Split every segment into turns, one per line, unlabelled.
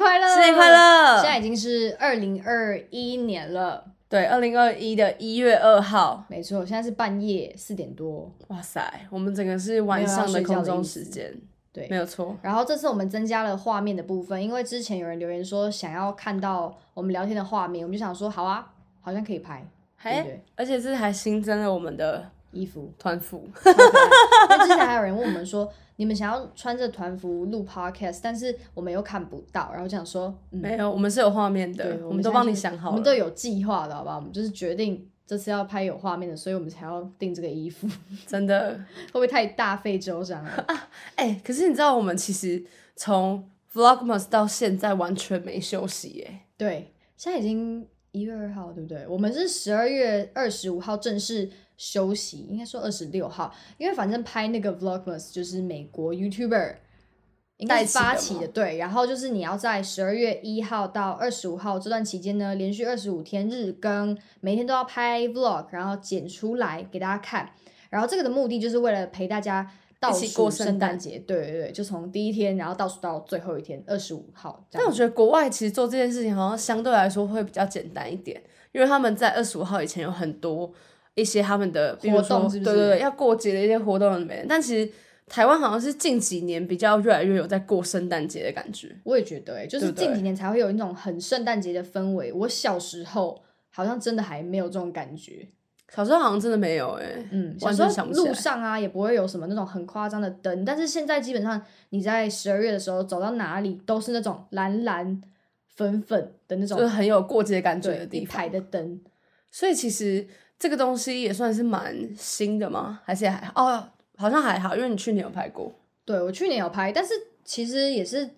快乐！
现在已经是二零二一年了，
对，二零二一的一月二号，
没错，现在是半夜四点多，
哇塞，我们整个是晚上的空中时间，
对
没。有错。
然后这次我们增加了画面的部分，因为之前有人留言说想要看到我们聊天的画面，我们就想说好啊，好像可以拍，对
还
不对？
而且这还新增了我们的
衣服，
团服，
嗯因为之前还有人问我们说，你们想要穿着团服录 podcast，但是我们又看不到，然后想说，嗯，
没有，我们是有画面的
对，，
我们都
现在
帮你
就是
想好
我
了
们。都有计划的，好不好？我们就是决定这次要拍有画面的，所以我们才要订这个衣服， 会
真的。
不会太大费周章了？
哎、可是你知道我们其实从 Vlogmas 到现在完全没休息哎、
对，现在已经一月二号，对不对？我们是十二月二十五号正式休息，应该说二十六号，因为反正拍那个 Vlogmas 就是美国 YouTuber 应该是发
带
起
起的
的，
嘛
对。然后就是你要在十二月一号到二十五号这段期间呢，连续二十五天日更，每天都要拍 Vlog，然后剪出来给大家看。然后这个的目的就是为了陪大家。倒
起过
数
圣
圣
诞
诞节，对对对，就从第一天，然后倒数到最后一天，二十五号。这
但
样
我觉得国外其实做这件事情好像相对来说会比较简单一点，因为他们在二十五号以前有很多一些他们的比如
活
说
动是不
对
是
对对，要过节的一些活动没。但其实台湾好像是近几年比较越来越有在过圣诞节的感觉。
我也觉得、欸，就是
对不对
近几年才会有那种很圣诞节的氛围。我小时候好像真的还没有这种感觉，
小时候好像真的没有哎、
嗯，小
完
时
全
候
想不起来
路上啊也不会有什么那种很夸张的灯，但是现在基本上你在十二月的时候走到哪里都是那种蓝蓝粉粉的那
就是
种
很有过节感觉
对
的地
一
方。
排的灯，
所以其实这个东西也算是蛮新的吗？还是也还好哦，好像还好，因为你去年有拍过。
对我去年有拍，但是其实也是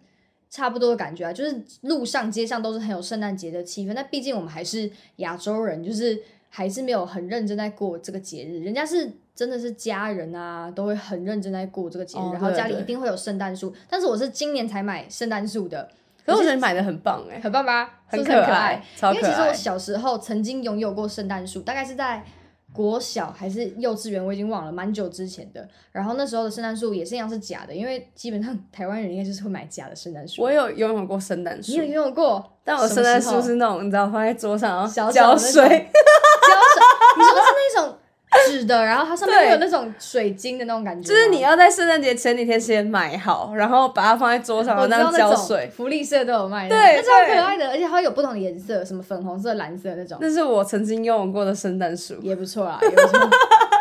差不多的感觉啊，就是路上街上都是很有圣诞节的气氛。但毕竟我们还是亚洲人，就是还是没有很认真在过这个节日。人家是真的是家人啊，都会很认真在过这个节日，
哦
然后
对
家里
对
一定会有圣诞树。但是我是今年才买圣诞树的，
可是我觉得你买的很棒哎、
很棒吧？是
很
不是很
可
爱
爱。超
因为
可
其实我
爱
小时候曾经拥有过圣诞树，大概是在国小还是幼稚园，我已经忘了，蛮久之前的。然后那时候的圣诞树也是一样是假的，因为基本上台湾人应该就是会买假的圣诞树。
我有拥有过圣诞树
你有，拥有过？
但我圣诞树
什么时
是那种你知道放在桌上然
小
后
小的
浇
那种
水，
候胶水，你说的是那种纸的，然后它上面
对
会有那种水晶的那种感觉吗，
就是你要在圣诞节前几天先买好，然后把它放在桌上，
我
然后
知道
那样
那
浇
种
水。
福利社都有卖的，
对
那超
对
可爱的，而且它会有不同的颜色，什么粉红色、蓝色那种。
那是我曾经拥有过的圣诞树，
也不错啊啦，也不错。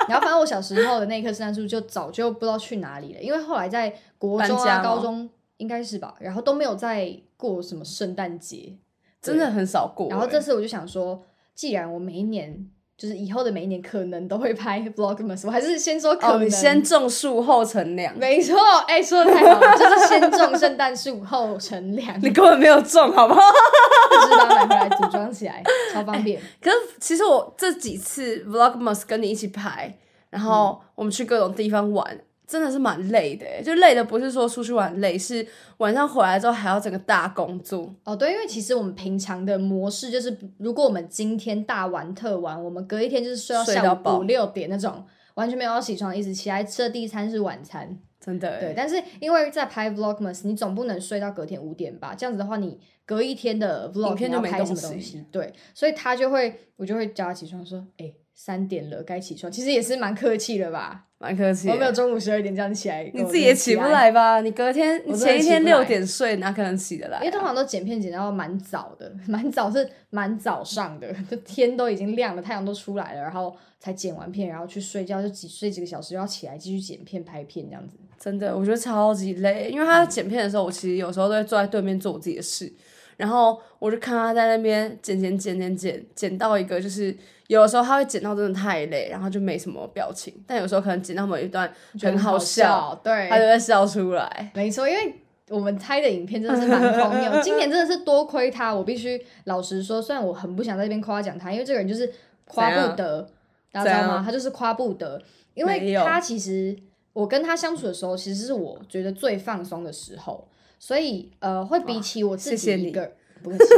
然后反正我小时候的那一棵圣诞树就早就不知道去哪里了，因为后来在国中
搬家
啊、
吗
高中应该是吧，然后都没有再过什么圣诞节。
真的很少过欸、
然后这次我就想说，既然我每一年就是以后的每一年可能都会拍 vlogmas，我还是先说可能。
哦，你先种树后乘凉，
没错，哎、说的太好了，就是先种圣诞树后乘凉，
你根本没有种，好 不好？
就是把它买回来组装起来，超方便。
可是其实我这几次 Vlogmas 跟你一起拍，然
嗯
后我们去各种地方玩，真的是蛮累的欸，就累的不是说出去玩累，是晚上回来之后还要整个大工作。
哦，对，因为其实我们平常的模式就是，如果我们今天大玩特玩，我们隔一天就是睡到
睡到
下午
爆
五六点那种，完全没有要起床的意思。起来吃的第一餐是晚餐，
真的欸，
对。但是因为在拍 vlogmas，你总不能睡到隔天五点吧？这样子的话，你隔一天的 vlog
影片
你
就
要
没
拍
东
什么
西
东西？对，所以他就会，我就会叫他起床说：“哎、三点了，该起床。”其实也是蛮客气的吧？
蛮客气
我
的。
没有中午十二点这样起来，
你
跟我
自己
这
也
样
起不
来。
来吧？你隔天
我
你
真的
前一
起
天
不来
六点睡，哪可能起得来
因为
啊？
通常都剪片剪到蛮早的， 蛮早是蛮早上的，就天都已经亮了，太阳都出来了，然后才剪完片，然后去睡觉，就几睡几个小时，然后起来继续剪片拍片这样子。
真的，我觉得超级累。因为他剪片的时候，我其实有时候都会坐在对面做我自己的事，然后我就看他在那边剪剪剪剪剪，剪到一个就是有的时候他会剪到真的太累，然后就没什么表情；但有时候可能剪到某一段很好笑，，
对
他，就会笑出来。
没错，因为。我们拍的影片真的是蛮荒谬， 今年真的是多亏他，我必须老实说，虽然我很不想在这边夸奖他，因为这个人就是夸不得，大家知道
怎
吗
样？
他就是夸不得，因
没
为
有
他其实我跟他相处的时候，其实是我觉得最放松的时候，所以呃，会比起我自己
谢谢你
一个，不客气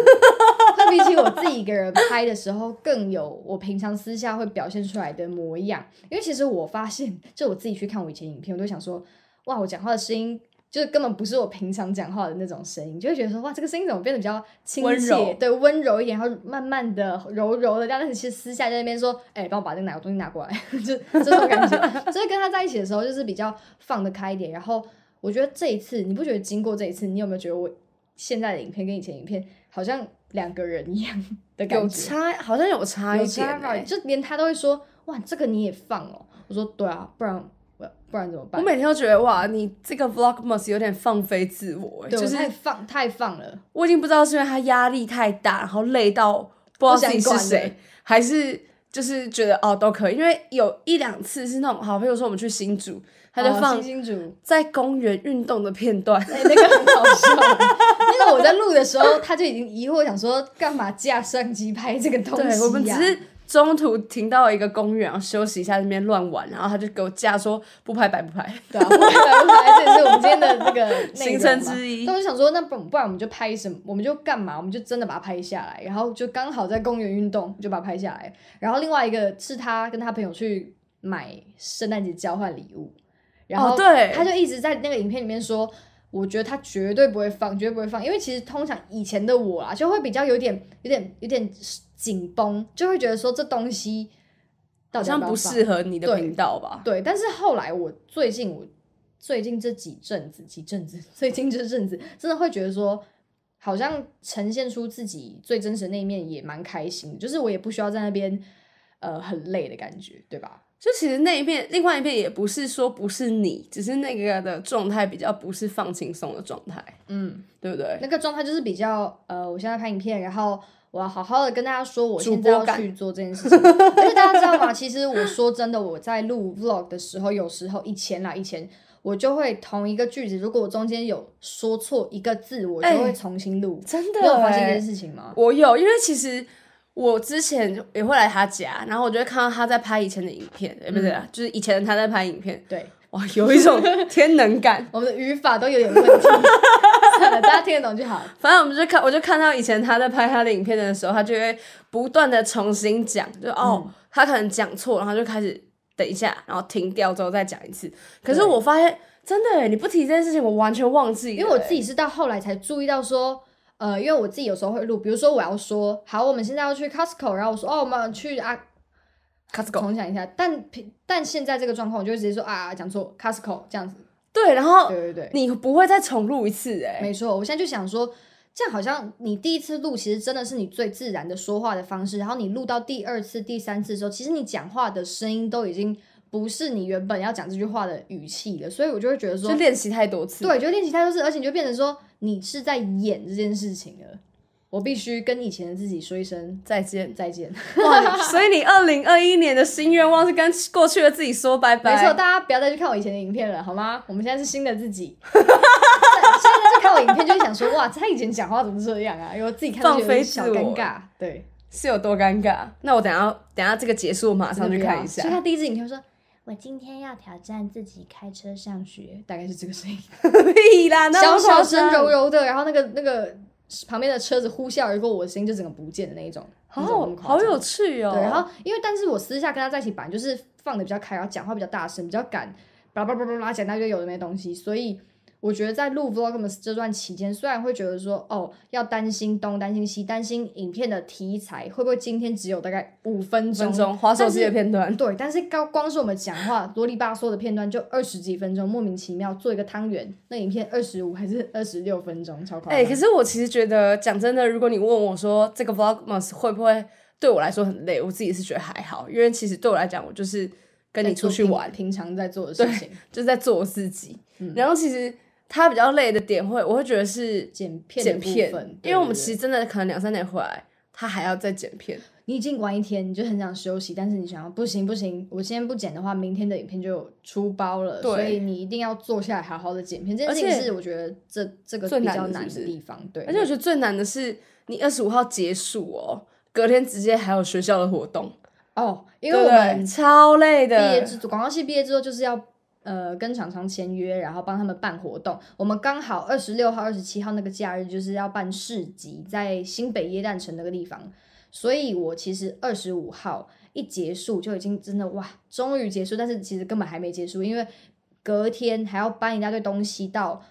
会比起我自己一个人拍的时候，更有我平常私下会表现出来的模样。因为其实我发现，就我自己去看我以前影片，我都想说，哇，我讲话的声音就是根本不是我平常讲话的那种声音，就会觉得说哇，这个声音怎么变得比较亲
温
切
柔，
对，温柔一点，然后慢慢的、柔柔的这样。但是其实私下在那边说，哎、帮我把这个哪个东西拿过来， 就这种感觉。所以跟他在一起的时候，就是比较放得开一点。然后我觉得这一次，你不觉得经过这一次，你有没有觉得我现在的影片跟以前影片好像两个人一样的感觉？
有差，好像有差
有
一
差
点、
吧，
欸。
就连他都会说：“哇，这个你也放哦。”我说：“对啊，不然我不然怎么
欸我
办？”
每天都觉得哇，你这个 vlogmas 有点放飞自我、欸，
对，
就
我
是
太放太放了，
我已经不知道是因为他压力太大，然后累到不知道自己是
不想管了
谁，还是就是觉得哦都可以。因为有一两次是那种好，比如说我们去新竹，他就
哦
放
星星主，
在公园运动的片 段，
哎、那个很好笑。 那个我在录的时候，他就已经疑惑，想说干嘛架相机拍这个东西、呀？
对我们只是。中途停到一个公园，然后休息一下，那边乱玩，然后他就给我架说不拍白不拍，
对啊，不拍不拍，这也是我们今天的那个内容嘛
行程之一
但我就想说，那不不然我们就拍什么，我们就干嘛？我们就真的把它拍下来，然后就刚好在公园运动，就把它拍下来。然后另外一个是他跟他朋友去买圣诞节交换礼物，然后
哦对
他就一直在那个影片里面说。我觉得他绝对不会放，绝对不会放，因为其实通常以前的我啊，就会比较有点、有点、有点紧绷，就会觉得说这东西到底要
好像
要
不
放
适合你的
对
频道吧？
对，但是后来我最近我最近这几阵子几阵子， 最近这阵子真的会觉得说，好像呈现出自己最真实的那一面也蛮开心的，就是我也不需要在那边呃很累的感觉，对吧？
就其实那一片，另外一片也不是说不是你，只是那个的状态比较不是放轻松的状态，
嗯，
对不对？
那个状态就是比较呃，我现在拍影片，然后。我要好好的跟大家说，我
主
现在
播
要
感
去做这件事情。而且大家知道吗？其实我说真的，我在录 vlog 的时候，有时候以前啦，以前我就会同一个句子，如果我中间有说错一个字，我就
哎
会重新录。
真的、
你有发现这
欸
件事情吗？
我有，因为其实我之前也会来他家，然后我就会看到他在拍以前的影片，
嗯
也、不是啊，就是以前的他在拍影片，
对，
哇，有一种天 能感。
我们的语法都有点问题， 算了，大家听得懂就好。
反正我们就看，我就看到以前他在拍他的影片的时候，他就会不断的重新讲，就哦，
嗯
他可能讲错，然后就开始等一下，然后停掉之后再讲一次。可是
对
我发现，真的耶，你不提这件事情，我完全忘记了耶，
因为我自己是到后来才注意到说，呃，因为我自己有时候会录，比如说我要说，好，我们现在要去 Costco，然后我说，哦，我们要去啊
Costco
重想一下，但平但现在这个状况，我就会直接说啊，讲错 Costco 这样子。
对，然后
对对对，
你不会再重录一次，哎，
没错，我现在就想说，这样好像你第一次录，其实真的是你最自然的说话的方式。然后你录到第二次、第三次的时候，其实你讲话的声音都已经不是你原本要讲这句话的语气了，所以我就会觉得说
就，练习太多次，
对，就练习态度是，而且你就变成说，你是在演这件事情了。我必须跟以前的自己说一声
再见。
再见。
哇，所以你二零二一年的新愿望是跟过去的自己说拜拜。
没错，大家不要再去看我以前的影片了，好吗？我们现在是新的自己。 现在去看我影片，就会想说，哇，他以前讲话怎么这样啊？因为我自己看到
放
觉得有点
飞
小
自
尴
我
尬。对，
是有多尴尬？那我等一下等一下这个结束，我马
真
上
的
去
不
看
要
一下
所 以。他第一支影片说
我今天要挑战自己开车上学。
大概是这个声音，
屁啦，啊那
小
么
小
夸
声
张
柔柔的，然后那个那个旁边的车子呼啸而过，我的声音就整个不见的那一种，那种
好
很夸张
好有趣哦。
对，然后因为但是我私下跟他在一起，本来就是放的比较开，然后讲话比较大声，比较敢，叭叭叭叭叭讲到一堆有的没的东西，所以我觉得在录 vlogmas 这段期间，虽然会觉得说哦要担心东担心西，担心影片的题材会不会今天只有大概五分
五
钟
分，钟划手机
但
的
是
片段，
对，但是刚光是我们讲话啰里吧嗦的片段就二十几分钟，莫名其妙做一个汤圆，那影片二十五还是二十六分钟，超夸张。
哎、可是我其实觉得，讲真的，如果你问我说这个 vlogmas 会不会对我来说很累，我自己是觉得还好，因为其实对我来讲，我就是跟你
在做
出去
平
玩，
平常在做的事情，
就是在做我自己。
嗯
然后其实他比较累的点会，我会觉得是
剪片的
剪
部
片
分，对
因为我
对
们
对
其实真的可能两三年回来，他还要再剪片。
你已经玩一天，你就很想休息，但是你想要不行不行，我今天不剪的话，明天的影片就出包了，
对
所以你一定要坐下来好好的剪片。这件
而
事
且
情是我觉得这这个
最
比
难
较
的是
难
不
的
是
地方，对。
而且我觉得最难的是，你二十五号结束哦，隔天直接还有学校的活动，
哦，因
对
为
不
我们
对？超累
毕业
的。
制作，广告系毕业制作就是要呃跟厂商签约，然后帮他们办活动。我们刚好二十六号、二十七号那个假日就是要办市集，在新北耶诞城那个地方，所以我其实二十五号一结束就已经真的哇，终于结束，但是其实根本还没结束，因为隔天还要搬一大堆东西到。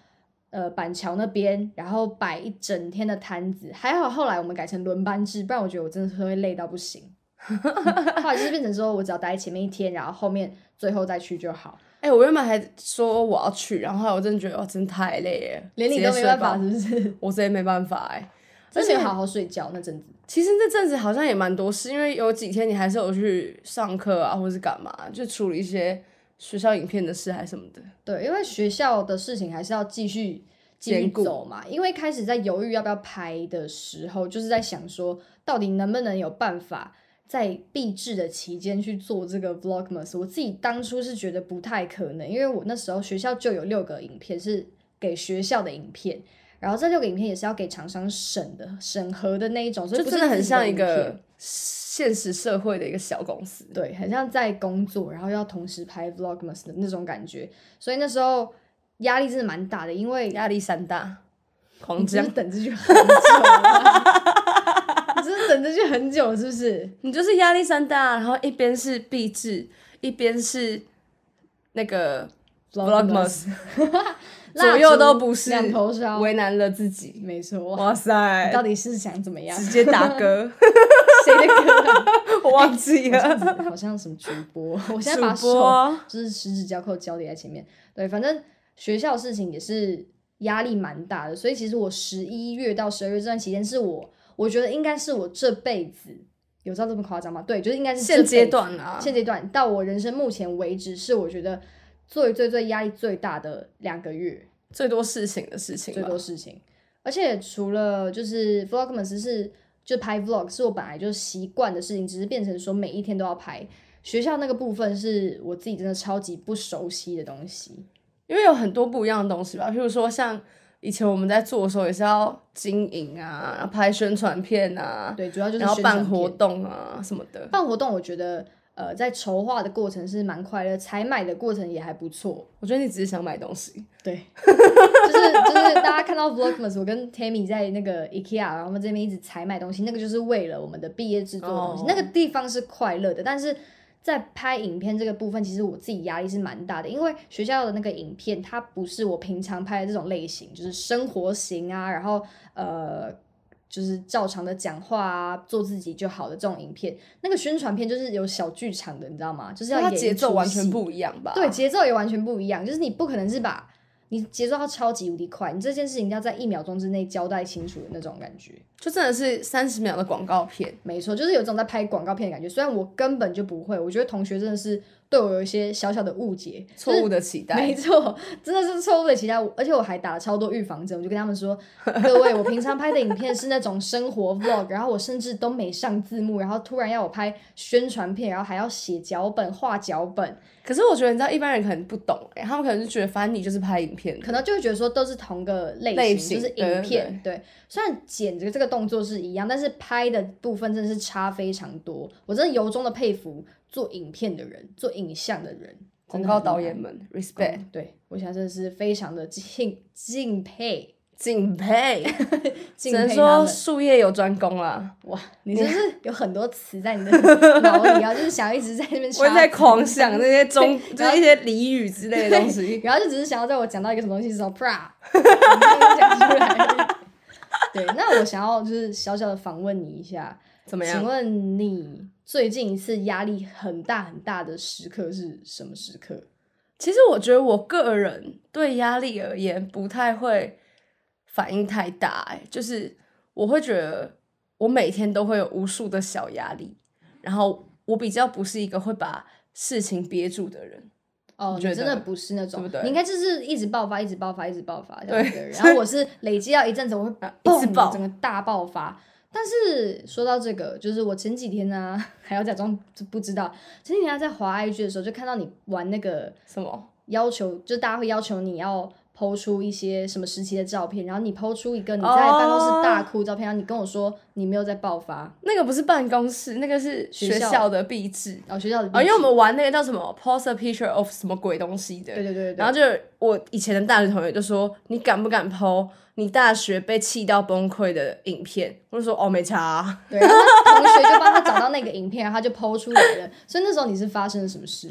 呃板桥那边，然后摆一整天的摊子。还好后来我们改成轮班制，不然我觉得我真的是会累到不行。后来就是变成说我只要待前面一天，然后后面最后再去就好，
哎、我原本还说我要去，然后后来我真的觉得哦，真太累了，
连你都没
直接睡
办
吧
法，是不 是？
我真的没办法哎、
真
且
的好好睡觉那阵子。
其实那阵子好像也蛮多事，因为有几天你还是有去上课啊，或是干嘛，就处理一些学校影片的事还什么的。
对，因为学校的事情还是要继续继续
兼顾
走嘛。因为开始在犹豫要不要拍的时候，就是在想说，到底能不能有办法在闭制的期间去做这个 vlogmas。我自己当初是觉得不太可能，因为我那时候学校就有六个影片是给学校的影片。然后这六个影片也是要给厂商审的、审核的那一种，所以
就
不
真
是
的很
自己
像一
影片
个现实社会的一个小公司。
对，很像在工作，然后又要同时拍 vlogmas 的那种感觉，所以那时候压力真的蛮大的，因为
压力山大，狂
你只
讲
是，等这句很久了，你只是等这句很久是不是？
你就是压力山大，然后一边是壁纸，一边是那个
Vlogmas
vlogmas，左右都不是，
两头烧，
为难了自己。
没错。
哇塞
你，到底是想怎么样？
直接打嗝，
谁的歌
我忘记
啊？
了。
好像什么主 播，我现在把
主
手
播
就是十指交扣交叠在前面。对，反正学校的事情也是压力蛮大的，所以其实我十一月到十二月这段期间，是我我觉得应该是我这辈子有到这么夸张吗？对，就是应该是这
现阶
辈子
段啊，
现阶段到我人生目前为止，是我觉得最最最压力最大的两个月，
最多事情的事情
最
吧
多。事情。而且除了就是 vlogmas 是就拍 vlog 是我本来就习惯的事情，只是变成说每一天都要拍。学校那个部分是我自己真的超级不熟悉的东西，
因为有很多不一样的东西吧，譬如说像以前我们在做的时候也是要经营啊，然后拍宣传片啊，
对，主要就是
然后
宣
办
传
活
片
动啊什么的。
办活动，我觉得呃在筹划的过程是蛮快乐，采买的过程也还不错。
我觉得你只是想买东西，
对， 就是就是大家看到 Vlogmas，我跟 Tammy 在那个 IKEA，然后我们这边一直采买东西，那个就是为了我们的毕业制作的东西
哦
那个地方是快乐的，但是。在拍影片这个部分，其实我自己压力是蛮大的，因为学校的那个影片它不是我平常拍的这种类型，就是生活型啊，然后呃，就是照常的讲话啊，做自己就好的这种影片。那个宣传片就是有小剧场的，你知道吗？就是要
它
演一
啊节奏
出
完全
戏
不一样吧？
对，节奏也完全不一样，就是你不可能是把你节奏要超级无敌快，你这件事情要在一秒钟之内交代清楚的那种感觉。
就真的是三十秒的广告片，
没错，就是有一种在拍广告片的感觉。虽然我根本就不会，我觉得同学真的是对我有一些小小的误解，
错误的期待。
没错，真的是错误的期待，而且我还打了超多预防针，我就跟他们说， 各位，我平常拍的影片是那种生活 vlog，然后我甚至都没上字幕，然后突然要我拍宣传片，然后还要写脚本、画脚本，
可是我觉得你知道，一般人可能不懂、欸，他们可能就觉得反正你就是拍影片的，
可能就会觉得说都是同个类型，
类型
就是
对
影
对
片。对虽然剪这个这个动作是一样，但是拍的部分真的是差非常多。我真的由衷的佩服做影片的人，做影像的人，
广告导演
们。
们 respect
对我现在真的是非常的敬敬佩，
敬 佩，
敬
只能
佩他
说
们。
术业有专攻啊啦。
哇，你真是有很多词在你的脑里啊，就是想要一直在那边
我
插
在
词
狂想那些 中，就
然后
是一些俚语之类的东西。
然后就只是想要在我讲到一个什么东西的时候，啪，我就讲出来而已。 对，那我想要就是小小的访问你一下，
怎么
请
样？
问你最近一次压力很大很大的时刻是什么时刻？
其实我觉得我个人对压力而言不太会反应太大、欸，就是我会觉得我每天都会有无数的小压力，然后我比较不是一个会把事情憋住的人。
哦，
你
你
觉得
真的不是那种，
对不对
你应该就是一直爆发，一直爆发，一直爆发这样 子的人。
对
然后我是累积到一阵子，我会
啊一
嘣
直爆
整个大爆发。但是说到这个，就是我前几天呢、 还要假装不知道。前几天在滑 IG 的时候，就看到你玩那个
什么？
要求，就大家会要求你要抛出一些什么时期的照片，然后你抛出一个你在办公
哦
室大哭的照片，然后你跟我说你没有在爆发，
那个不是办公室，那个是
学
学
校
校的壁纸
然后学校的
啊、因为
壁
我
纸
们玩那个叫什么 “post a picture of” 什么鬼东西的，
对对对对对，
然后就有我以前的大学同学就说：“你敢不敢剖你大学被气到崩溃的影片？”我就说：“哦，没差、啊。
对，然后他同学就帮他找到那个影片，然后他就抛出来了。所以那时候你是发生了什么事？”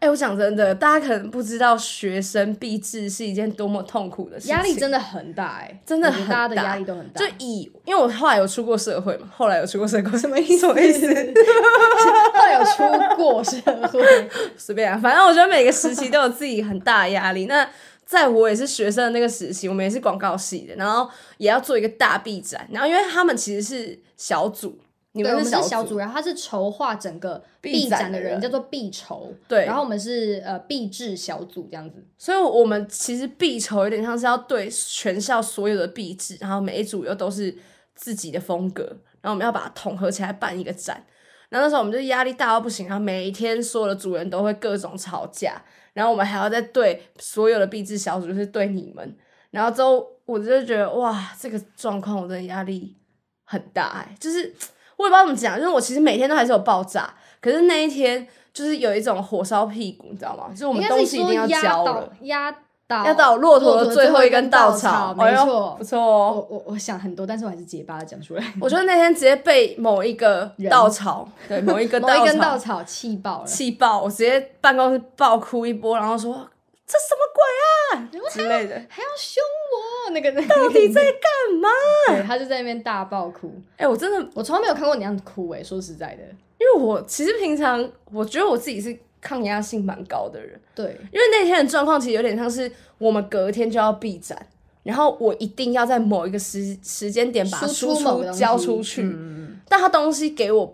哎、我讲真的，大家可能不知道学生毕制是一件多么痛苦的事情，
压力真的很大哎、
真的
我觉得
很
大家的
大
压力都很大。
就以因为我后来有出过社会嘛，后来有出过社会，什 么意思？什么意思？
到底有出过社会，
随便啊，反正我觉得每个时期都有自己很大的压力。那在我也是学生的那个时期，我们也是广告系的，然后也要做一个大 B 展，然后因为他们其实是小组， 你
对，我们
们
是
小
小组，然后他是筹划整个
毕
毕
展
展的
的
人
人
叫做毕筹，
对
然后我们是呃毕制小组这样子，
所以我们其实 B 筹有点像是要对全校所有的 B 制，然后每一组又都是自己的风格，然后我们要把它统合起来办一个展。然后那时候我们就压力大到不行，然后每一天所有的组员都会各种吵架，然后我们还要再对所有的 B 制小组，就是对你们。然后之后我就觉得哇，这个状况我真的压力很大哎、就是我也不知道怎么讲，就是我其实每天都还是有爆炸，可是那一天就是有一种火烧屁股，你知道吗？就是我
应
们
该
东
是
西一
说
定要
压
交
倒
了。
压倒
要到骆驼的最后一根稻
草，
哎
没
呦
错
不。错哦。
我我我想很多，但是我还是结巴地讲出来。
我觉得那天直接被某一个
人
稻草，对某一根
某一
稻
根稻
草
草气爆了，
气爆，我直接办公室爆哭一波，然后说这什么鬼啊之类的。
还要凶我那个到底在干 嘛？对，他就在那边大爆哭。
哎、我真的，
我从来没有看过你那样哭诶、说实在的，
因为我其实平常我觉得我自己是抗压性蛮高的人，
对，
因为那天的状况其实有点像是我们隔天就要闭展，然后我一定要在某一个时时间点把
输
输
出某
出
个东西
交出去，
嗯
但他东西给我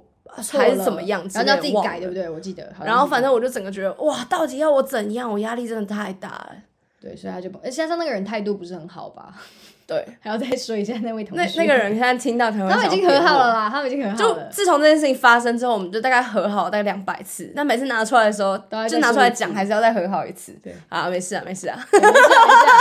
错
还是
了
怎么样之
然
类
后
的，
要自己
忘
改，
了
对不对？我记得。好像
然后反正
我
我就整个觉得哇，到底要我怎样？我压力真的太大了。
对，所以他就不，而且加上那个人态度不是很好吧？
对，
还要再说一下那位同
那
事，
那个人现在听到可能会
他们已
想
经
要
和
扁
好
我
了。啦，他们已经和好
就
了。
自从这件事情发生之后，我们就大概和好大概两百次，但每次拿出来的时候
都要，再
就拿出来
说一
讲，
次
还是要再和好一次。
对
啊，没事啊，没事啊。
对没事啊没事啊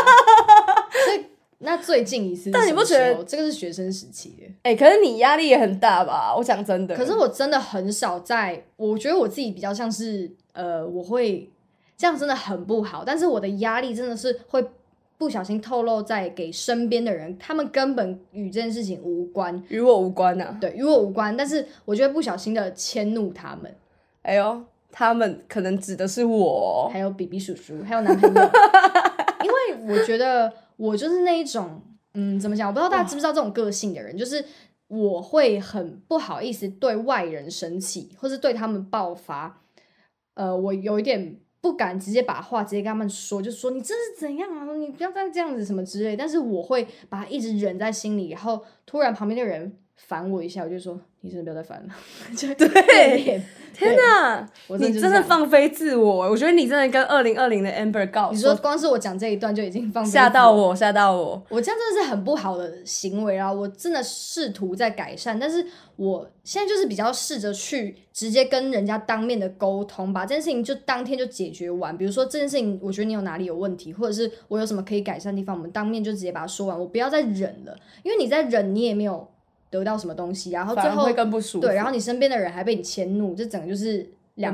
所以那最近一次是什么时候，
但你不觉得
这个是学生时期的？
哎、可是你压力也很大吧？我讲真的。
可是我真的很少在，我觉得我自己比较像是，呃，我会这样真的很不好，但是我的压力真的是会不小心透露在给身边的人，他们根本与这件事情无关，
与我无关呐、啊。
对，与我无关，但是我就会不小心的迁怒他们，
哎呦，他们可能指的是我哦。
还有 BB 叔叔，还有男 朋友，因为我觉得我就是那一种，嗯，怎么讲？我不知道大家知不知道这种个性的人，就是我会很不好意思对外人生气，或是对他们爆发。呃，我有一点不敢直接把话直接跟他们说，就说你这是怎样啊？你不要再这样子什么之类。但是我会把它一直忍在心里，然后突然旁边的人烦我一下，我就说你真的不要再烦了。 就
对
变脸，
天哪，
我真的
你
就是
真
这
的
样
放飞自我欸，我觉得你真的跟二零二零的 Amber 告
你说光是我讲这一段就已经放飞
哦吓到
自
我，吓到我。
我这样真的是很不好的行为啊！我真的试图在改善，但是我现在就是比较试着去直接跟人家当面的沟通，把这件事情就当天就解决完。比如说这件事情，我觉得你有哪里有问题，或者是我有什么可以改善的地方，我们当面就直接把它说完，我不要再忍了，因为你再忍你也没有得到什么东西，然后
反
最
而
后
会更不舒服。
对，然后你身边的人还被你迁怒，这整个就是
两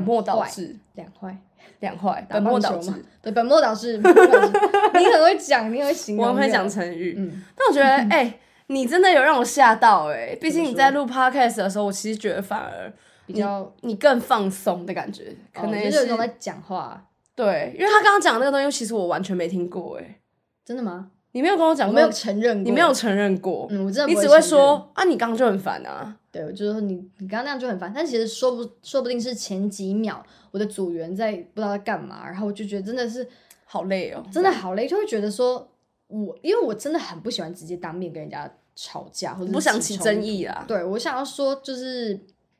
两
末导
坏，
致，
两坏，
两坏，
打
本末
棒
倒
球
置
嘛。， 对，本末倒置，本末倒置你很会讲，你很会形容，
我很会
你
讲成语，
嗯，
但 我觉得，哎、你真的有让我吓到、哎，毕
怎
竟
么
你在
说
录 podcast 的时候，我其实觉得反而
比较。
你更放松的感觉，可能
哦
也、
就是是有种在讲话，
对，因为他刚刚讲的那个东西，其实我完全没听过、哎，
真的吗？
你没有跟我讲
我
过，
没有承认过，
你没有，承认过，
嗯，我真的
你
不
只
承
会
认，
说啊，你刚刚就很烦啊，
对，我就是说你你刚刚那样就很烦，但其实说不说不定是前几秒我的组员在不知道在干嘛，然后我就觉得真的是
好累哦，
真的好累，就会觉得说我因为我真的很不喜欢直接当面跟人家吵架，或者
我
是
不想起
冲
争
突
议啊啦。
对我想要说就是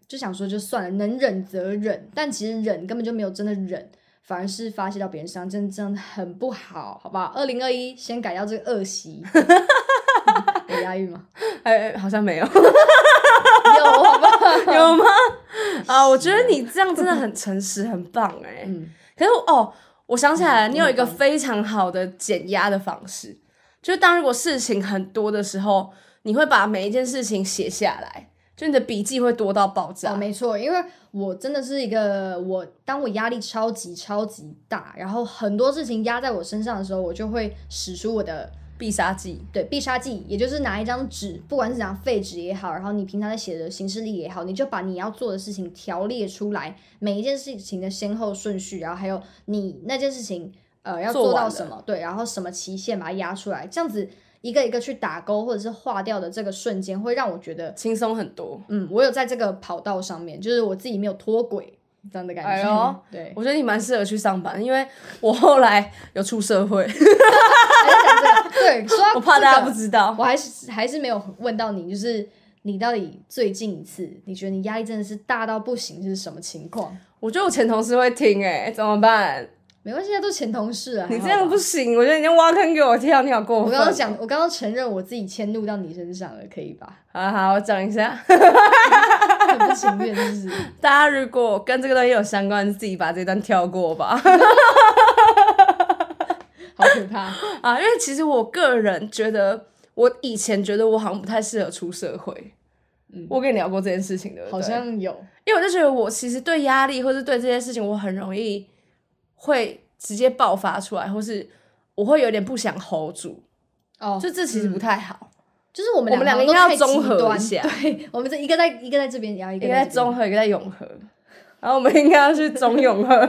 就想说就算了，能忍则忍，但其实忍根本就没有真的忍，反而是发泄到别人身上，真的真的很不好，好不好？二零二一先改掉这个恶习， 有押韵 吗？
哎、哎好 像没有，
有，好不好？
有吗？啊，我觉得你这样真 的很诚实，很棒、哎、
嗯，
可是我哦，我想起来了，
嗯
你有一个
嗯
非常好的减压的方式，就是当如果事情很多的时候，你会把每一件事情写下来，就你的笔记会多到爆炸。
哦，没错，因为我真的是一个我，当我压力超级超级大，然后很多事情压在我身上的时候，我就会使出我的
必杀技，
对，必杀技，也就是拿一张纸，不管是拿废纸也好，然后你平常在写的行事历也好，你就把你要做的事情条列出来，每一件事情的先后顺序，然后还有你那件事情呃要
做
做到
完
什
了
么，对，然后什么期限把它压出来，这样子一个一个去打勾或者是划掉的这个瞬间，会让我觉得，
轻松很多。
嗯，我有在这个跑道上面，就是我自己没有脱轨这样的感
哎
觉，嗯
呦
对，
我觉得你蛮适合去上班，因为我后来有出社会，
啊还在讲这个，对，说到
我怕
这
大家
个
不知道
我。还是还是没有问到你，就是你到底最近一次你觉得你压力真的是大到不行，是什么情况？
我觉得我前同事会听、哎，怎么办？
没关系，啊，都前同事啊。
你
还
这
好
样
吧
不行，我觉得你在挖坑给我跳，你好过分。
我刚刚讲，我刚刚承认我自己迁怒到你身上了，可以吧？
好好，我讲一下，
很不情愿，是不是？
大家如果跟这个东西有相关，自己把这段跳过吧。
好可怕。
啊，因为其实我个人觉得，我以前觉得我好像不太适合出社会。
嗯
我跟你聊过这件事情，对不对？
好像有，
因为我就觉得我其实对压力或是对这些事情，我很容易会直接爆发出来，或是我会有点不想 hold 住，
哦，
就这其实不太好。
就是我们
我们
两个
两个
都
应该要
太极
综合
端
一下
对，我们这一个在一个在这边，然后一
一
个
个在
这边
中和，一个在永和，然后我们应该要去中永和。
我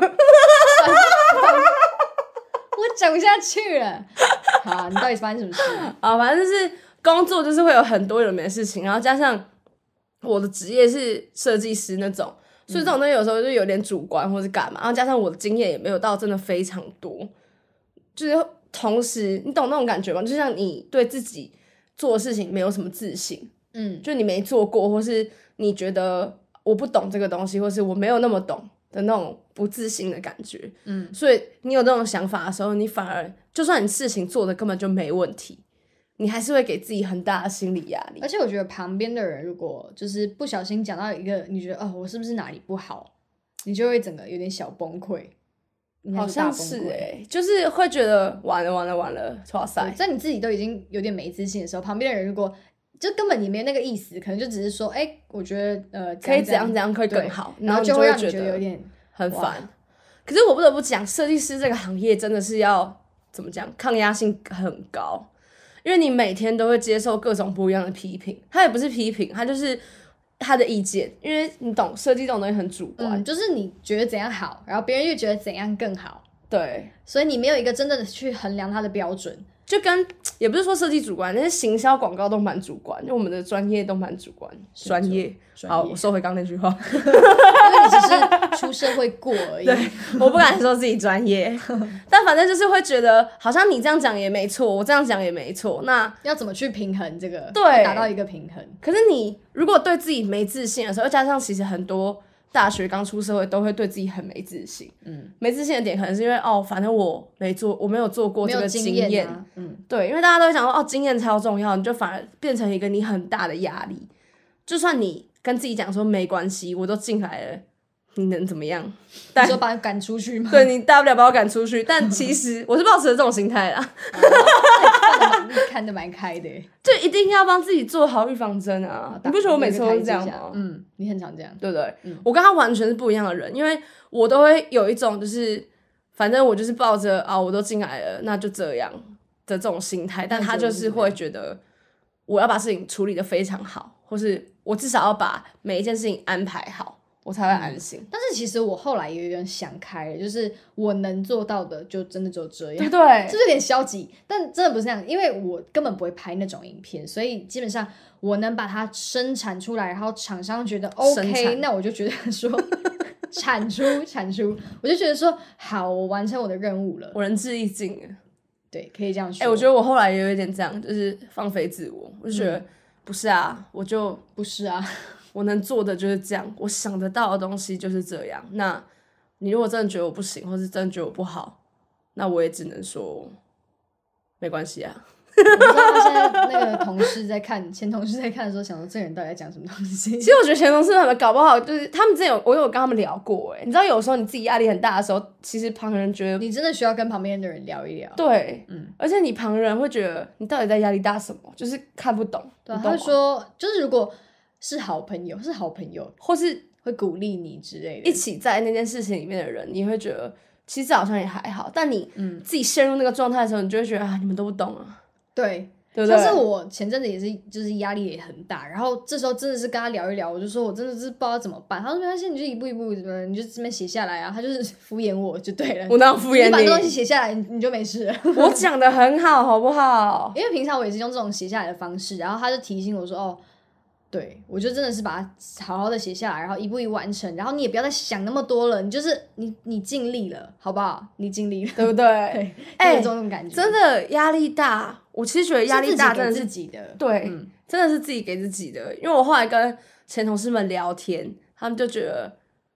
讲不下去了。 好，你到底发生什么事？
啊，反正就是工作就是会有很多有没的事情，然后加上我的职业是设计师那种，所以这种东西有时候就有点主观或是干嘛，然后加上我的经验也没有到真的非常多，就是同时你懂那种感觉吗？就像你对自己做的事情没有什么自信，
嗯，
就你没做过，或是你觉得我不懂这个东西，或是我没有那么懂的那种不自信的感觉。
嗯，
所以你有这种想法的时候，你反而就算你事情做的根本就没问题，你还是会给自己很大的心理压力
而。且我觉得旁边的人如果就是不小心讲到一个，你觉得哦，我是不是哪里不好，你就会整个有点小崩溃，应该
好
大
像
崩
是
溃
哎、就是会觉得完了完了完了，哇塞
对！在你自己都已经有点没自信的时候，旁边的人如果就根本也没有那个意思，可能就只是说，哎、我觉得呃，
可以
怎
怎样
样
怎样可以
对
更好，
然后
你
就
会
让你
觉
觉得有点
很
哇
烦。可是我不得不讲，设计师这个行业真的是要怎么讲，抗压性很高，因为你每天都会接受各种不一样的批评。他也不是批评，他就是他的意见，因为你懂设计这种东西很主观，
嗯，就是你觉得怎样好，然后别人又觉得怎样更好，
对，
所以你没有一个真正的去衡量他的标准。
就跟也不是说设计主观，但是行销广告都蛮主观，因为我们的专业都蛮主观，
是
专
没错
业。
专
好，
业
我收回刚那句话，
因为你只是出社会过而已。
我不敢说自己专业，但反正就是会觉得好像你这样讲也没错，我这样讲也没错，那
要怎么去平衡这个？
对
达到一个平衡。
可是你如果对自己没自信的时候，又加上其实很多大学刚出社会都会对自己很没自信，
嗯，
没自信的点可能是因为哦，反正我没做，我没有做过
没
这
有
个
经
经
验啊， 嗯，
对，因为大家都会想说哦，经验超重要，你就反而变成一个你很大的压力。就算你跟自己讲说没关系，我都进来了，你能怎么样？
你
但
说把他赶出去 吗？
对你大不了把我赶出去，但其实我是抱持着这种心态啦，
看得蛮看得蛮开 的耶。
就一定要帮自己做好预防针啊！你不觉得我每次都是这样
打
吗？
嗯，你很常这样。
对不对？
嗯
我跟他完全是不一样的人，因为我都会有一种就是，反正我就是抱着啊，我都进来了，那就这样的这种心态，但
那
他
结果
就是是
怎么
会
样
觉得我要把事情处理的非常好，或是我至少要把每一件事情安排好，我才会安心，
但是其实我后来也有点想开了，就是我能做到的就真的就这
对不
样。
对
是不？是有点消极？但真的不是那样，因为我根本不会拍那种影片，所以基本上我能把它生产出来，然后厂商觉得
生
OK，
产
那我就觉得 说产出产出，我就觉得说好，我完成我的任务了。
我仁至义尽了。
对，可以这样说。
哎、我觉得我后来也有一点这样，就是放飞自我，我就觉得、不是啊，我就
不是啊，
我能做的就是这样，我想得到的东西就是这样。那你如果真的觉得我不行，或是真的觉得我不好，那我也只能说没关系啊。
你知道吗？现在那个同事在看，前同事在看的时候，想说这个人到底在讲什么东西
其？实我觉得前同事他们搞不好就是他们之前有我有跟他们聊过、欸，你知道有时候你自己压力很大的时候，其实旁人觉得
你真的需要跟旁边的人聊一聊。
对，
嗯
而且你旁人会觉得你到底在压力大什么，就是看不懂，
对啊，
你
他会
懂吗？
说，就是如果是好朋友，是好朋友，
或是
会鼓励你之类的。
一起在那件事情里面的人，你会觉
嗯
得其实好像也还好，但你自己陷入那个状态的时候，你就会觉得啊，你们都不懂啊。
对，
对不对？
但是我前阵子也是，就是压力也很大，然后这时候真的是跟他聊一聊，我就说我真的是不知道怎么办。他说没关系，你就一步一步，呃你就这边写下来啊。他就是敷衍我就对 了，
我哪有敷衍
你把这东西
你？
写下来，你你就没事了。
我讲的很好，好不好？
因为平常我也是用这种写下来的方式，然后他就提醒我说：“哦，对我就真的是把它好好的写下来，然后一步一步完成，然后你也不要再想那么多了，你就是你你尽力了，好不好？你尽力了，
对不对？
对，
哎
有这种感觉，
真的压力大，我其实觉得压力大真的
是
是
自己给自己的，
对，
嗯
真的是自己给自己的。因为我后来跟前同事们聊天，他们就觉得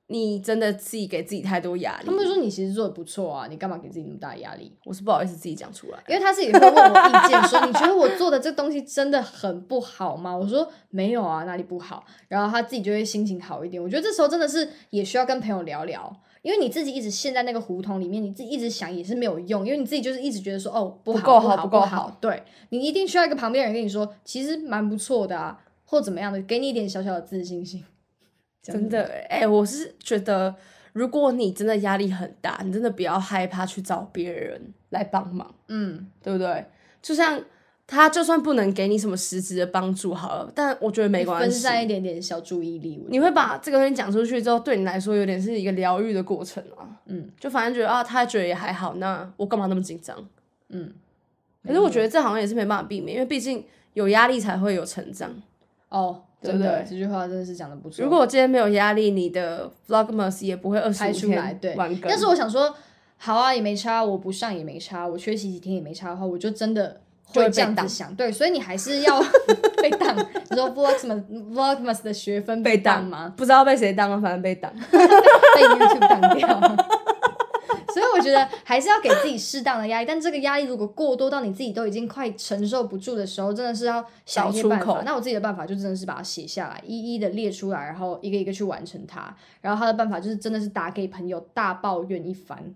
你真的自己给自己太多压力。
他们说你其实做的不错啊，你干嘛给自己那么大的压力？
我是不好意思自己讲出来，
因为他自己会问我意见，说你觉得我做的这东西真的很不好吗？我说没有啊，哪里不好？然后他自己就会心情好一点。我觉得这时候真的是也需要跟朋友聊聊，因为你自己一直陷在那个胡同里面，你自己一直想也是没有用，因为你自己就是一直觉得说哦不好
不够好
不
不够
好
好
对你一定需要一个旁边人跟你说，其实蛮不错的啊，或怎么样的，给你一点小小的自信心。这样
真的哎、我是觉得，如果你真的压力很大，你真的不要害怕去找别人来帮忙，
嗯，
对不对？就像他就算不能给你什么实质的帮助好了，但我觉得没关
分
系，
散一点点小注意力，我
你
觉
会
得
把这个东西讲出去之后，对你来说有点是一个疗愈的过程啊。
嗯，
就反正觉得啊，他觉得也还好，那我干嘛那么紧张？
嗯。
可是我觉得这好像也是没办法避免，因为毕竟有压力才会有成长。
哦，
对
真
不
的
对
这句话真的是讲的不错。
如果今天没有压力，你的 Vlogmas 也不会二十
拍
五
出来，
天
对
完。更。
但是我想说，好啊，也没差，我不上也没差，我缺席几天也没差的话，我就真的会
就会被
这样子
挡
想。对，所以你还是要 被当。你说 Vlogmas Vlogmas 的学分
被
当
挡
吗？？
不知道被谁当了，反正被挡。
被 YouTube 当掉。 所以我觉得还是要给自己适当的压力，但这个压力如果过多到你自己都已经快承受不住的时候，真的是要想一些
找出
办法
口。
那我自己的办法就真的是把它写下来，一一的列出来，然后一个一个去完成它。然后他的办法就是真的是打给朋友大抱怨一番。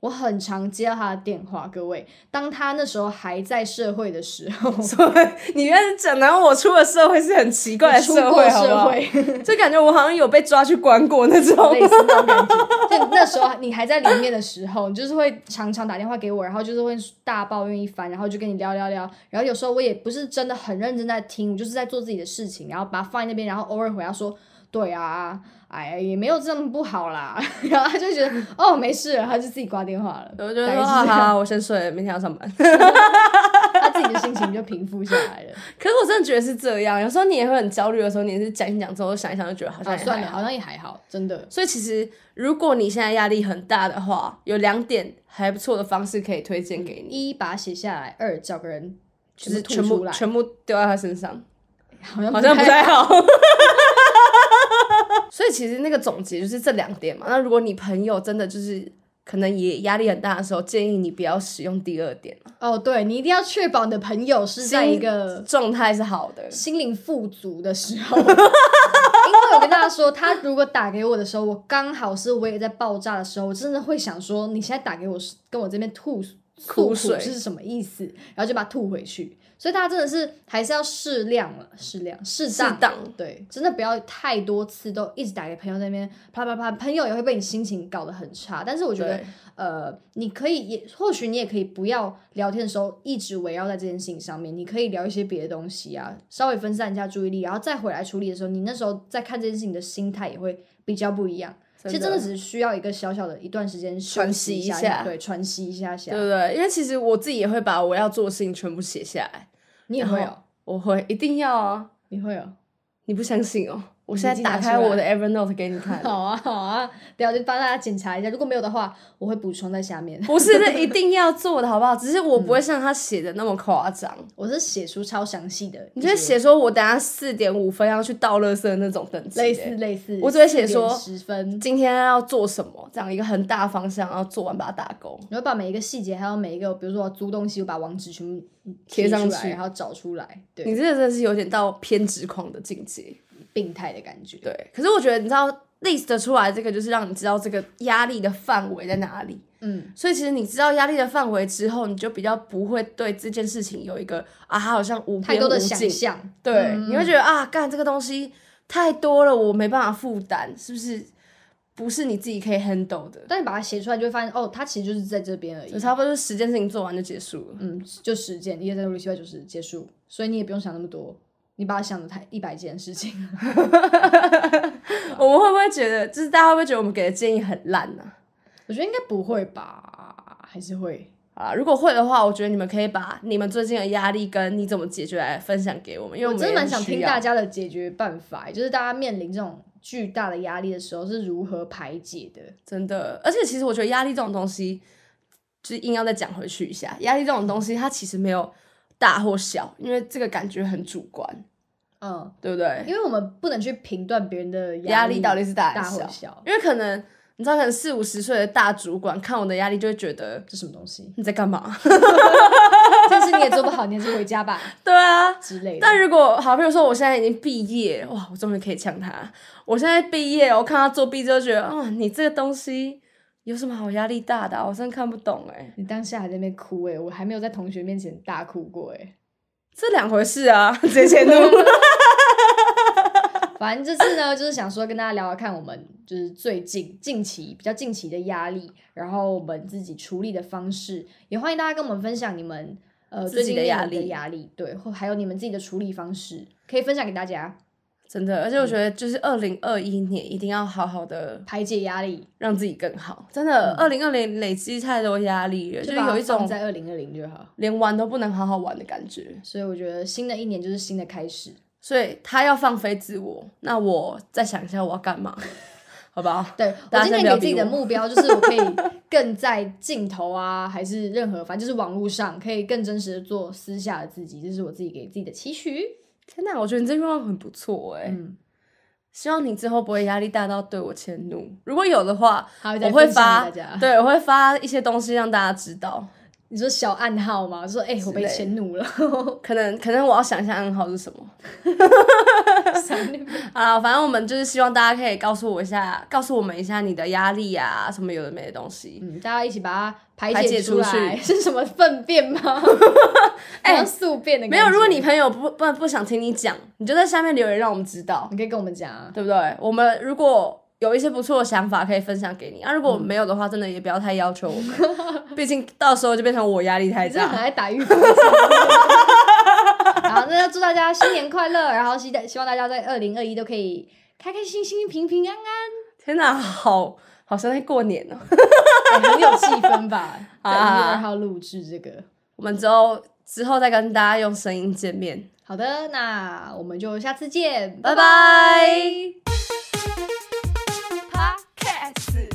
我很常接到他的电话，各位，当他那时候还在社会的时候，
所以你原来讲的我出了社会是很奇怪的
出
社
过
会，好不
社
好？
会，
就感觉我好像有被抓去关过那种。
类似那种感觉。就那时候你还在里面的时候，你就是会常常打电话给我，然后就是会大抱怨一番，然后就跟你聊聊聊。然后有时候我也不是真的很认真在听，我就是在做自己的事情，然后把它放在那边，然后偶尔回答说。对啊，哎呀，也没有这么不好啦。 然后他就觉得哦，没事了，他就自己挂电话了。
我就
大
说
概是
好
这
好，
样，
我先睡了，明天要上班。
他自己的心情就平复下 来了。
可是我真的觉得是这样，有时候你也会很焦虑的时候，你也是讲一讲之后想一想就觉得好
啊，
像也还
算了，
好
好像也还好，真的。
所以其实如果你现在压力很大的话，有两点还不错的方式可以推荐给你，
一把它写下来，二找个人
就
嗯全部
是
吐
全
出
部
来，
全部丢在他身上，
好像
好像不
太
太好。 所以其实那个总结就是这两点嘛。那如果你朋友真的就是可能也压力很大的时候，建议你不要使用第二点，
哦，对你一定要确保你的朋友是在一个
状态是好的。
心灵富足的时 候。因为我跟大家说，他如果打给我的时候，我刚好是我也在爆炸的时候，我真的会想说，你现在打给我是跟我这边吐
苦
诉
水
是什么意思？然后就把它吐回去。所以大家真的是还是要适量了，适量适
适
当
当
对，真的不要太多次都一直打给朋友那边啪啪啪，朋友也会被你心情搞得很差。但是我觉得
对，
呃，你可以也或许你也可以不要聊天的时候一直围绕在这件事情上面，你可以聊一些别的东西啊，稍微分散一下注意力，然后再回来处理的时候，你那时候再看这件事情的心态也会比较不一样。其实真的只是需要一个小小的一段时间休
喘
息
息
一
一
下，
下
对，喘息一下下
对。不对？因为其实我自己也会把我要做的事情全部写下来，
你也
然
会
后
哦，
我会一定要啊！
你会哦，
你不相信哦？我
你已
现在
经
打
拿出
开我
来
的 Evernote 给你看，
好啊好啊，对啊，就帮大家检查一下，如果没有的话，我会补充在下面。
不是这一定要做的好不好？只是我
嗯
不会像他写的那么夸张。
我是写出超详细的一些，
你就会写说，我等下四点五分要去倒垃圾的那种等级、
类似。类似，
我只会写说
十分，
今天要做什么？这样一个很大方向，然后做完把它打勾。
你会把每一个细节，还有每一个，比如说我租东西，我把网址全部
贴上
出来，
去
然后找出来，
你
对，
这个真的是有点到偏执狂的境界。
病态的感觉。
嗯对，可是我觉得你知道 list 出来这个，就是让你知道这个压力的范围在哪里。
嗯，
所以其实你知道压力的范围之后，你就比较不会对这件事情有一个啊，它好像无
太
边
多
无
的想
尽。
象，嗯
对，你会觉得啊，干这个东西太多了，我没办法负担，是不是？不是你自己可以 handle 的，
但你把它写出来，就会发现哦，它其实就是在这边而已
就。差不多是十件事情做完就结束了。
嗯，就十件，一在 r e c e 就是结束，所以你也不用想那么多，你把它想的太一百件事情。 啊
我们会不会觉得，就是大家会不会觉得我们给的建议很烂呢、
我觉得应该不会吧，还是会。
啊，如果会的话，我觉得你们可以把你们最近的压力跟你怎么解决来分享给我们，因为
我
们
真的
也
蛮想
需
听
要
大家的解决办法，欸就是大家面临这种巨大的压力的时候是如何排解的。
真的，而且其实我觉得压力这种东西，就是硬要再讲回去一下，压力这种东西它其实没有大或小，因为这个感觉很主观，
嗯，
对不对？
因为我们不能去评断别人的
压
力
力到底是大还
大
是
或
小
小，
因为可能你知道，可能四五十岁的大主管看我的压力，就会觉得？
这什么东西
你在干嘛？
这事你也做不好，你还是回家吧
对啊。
之类的。
但如果好，比如说我现在已经毕业，哇，我终于可以呛他。我现在毕业，我看他作弊就觉得，哦，你这个东西有什么好压力大的啊、我真的看不懂哎、
你当下还在那边哭哎、我还没有在同学面前大哭过哎、
这两回事啊，直接迁怒。
反正这次呢，就是想说跟大家聊聊看我们就是最近近期比较近期的压力，然后我们自己处理的方式，也欢迎大家跟我们分享你们呃
自
最
己
近
的压
面临的
力
压力，对，或还有你们自己的处理方式，可以分享给大家
真的，
嗯
而且我觉得就是二零二一年一定要好好的
排解压力，
让自己更好。真的，二零二零累积太多压力了，就是
嗯把它
有一
放
种
在二零二零就好。
连玩都不能好好玩的感觉。
所以我觉得新的一年就是新的开始，
所以他要放飞自我，那我再想一下我要干嘛， 好不好？
对我
大家
今
先
年
不要
给自己
逼
的
我
目标就是我可以更在镜头啊，还是任何，反正就是网络上可以更真实的做私下的自己，这是我自己给自己的期许。
天哪，我觉得你这愿望很不错哎、
嗯，
希望你之后不会压力大到对我迁怒，如果有的话，
好，
我
我
会
会发大
发
家。，
对，我会发一些东西让大家知道。
你说小暗号吗？说哎、我
之类
被
的
迁怒了，
可能可能我要想一下暗号是什么啊？反正我们就是希望大家可以告诉我一下，告诉我们一下你的压力啊，什么有的没的东西。
嗯，大家一起把它排
排
解
解
出
出
来，
去
是什么粪便 吗？哎、宿便的感
没有，
觉
如果你朋友不不不想听你讲，你就在下面留言让我们知道，
你可以跟我们讲啊，
对不对？我们如果有一些不错的想法可以分享给你，啊，如果没有的话，真的也不要太要求 我们，毕竟到时候就变成我压力太
你真的很
大。
爱打预防针。好，那就祝大家新年快乐，然后希希望大家在二零二一都可以开开心心、平平安安，
天哪，好好像在过年哦。
哎很有气氛吧？在一月二
啊
号录制这个。
我们之后之后再跟大家用声音见面，
好的，那我们就下次见，拜
拜
拜。
拜。Podcast。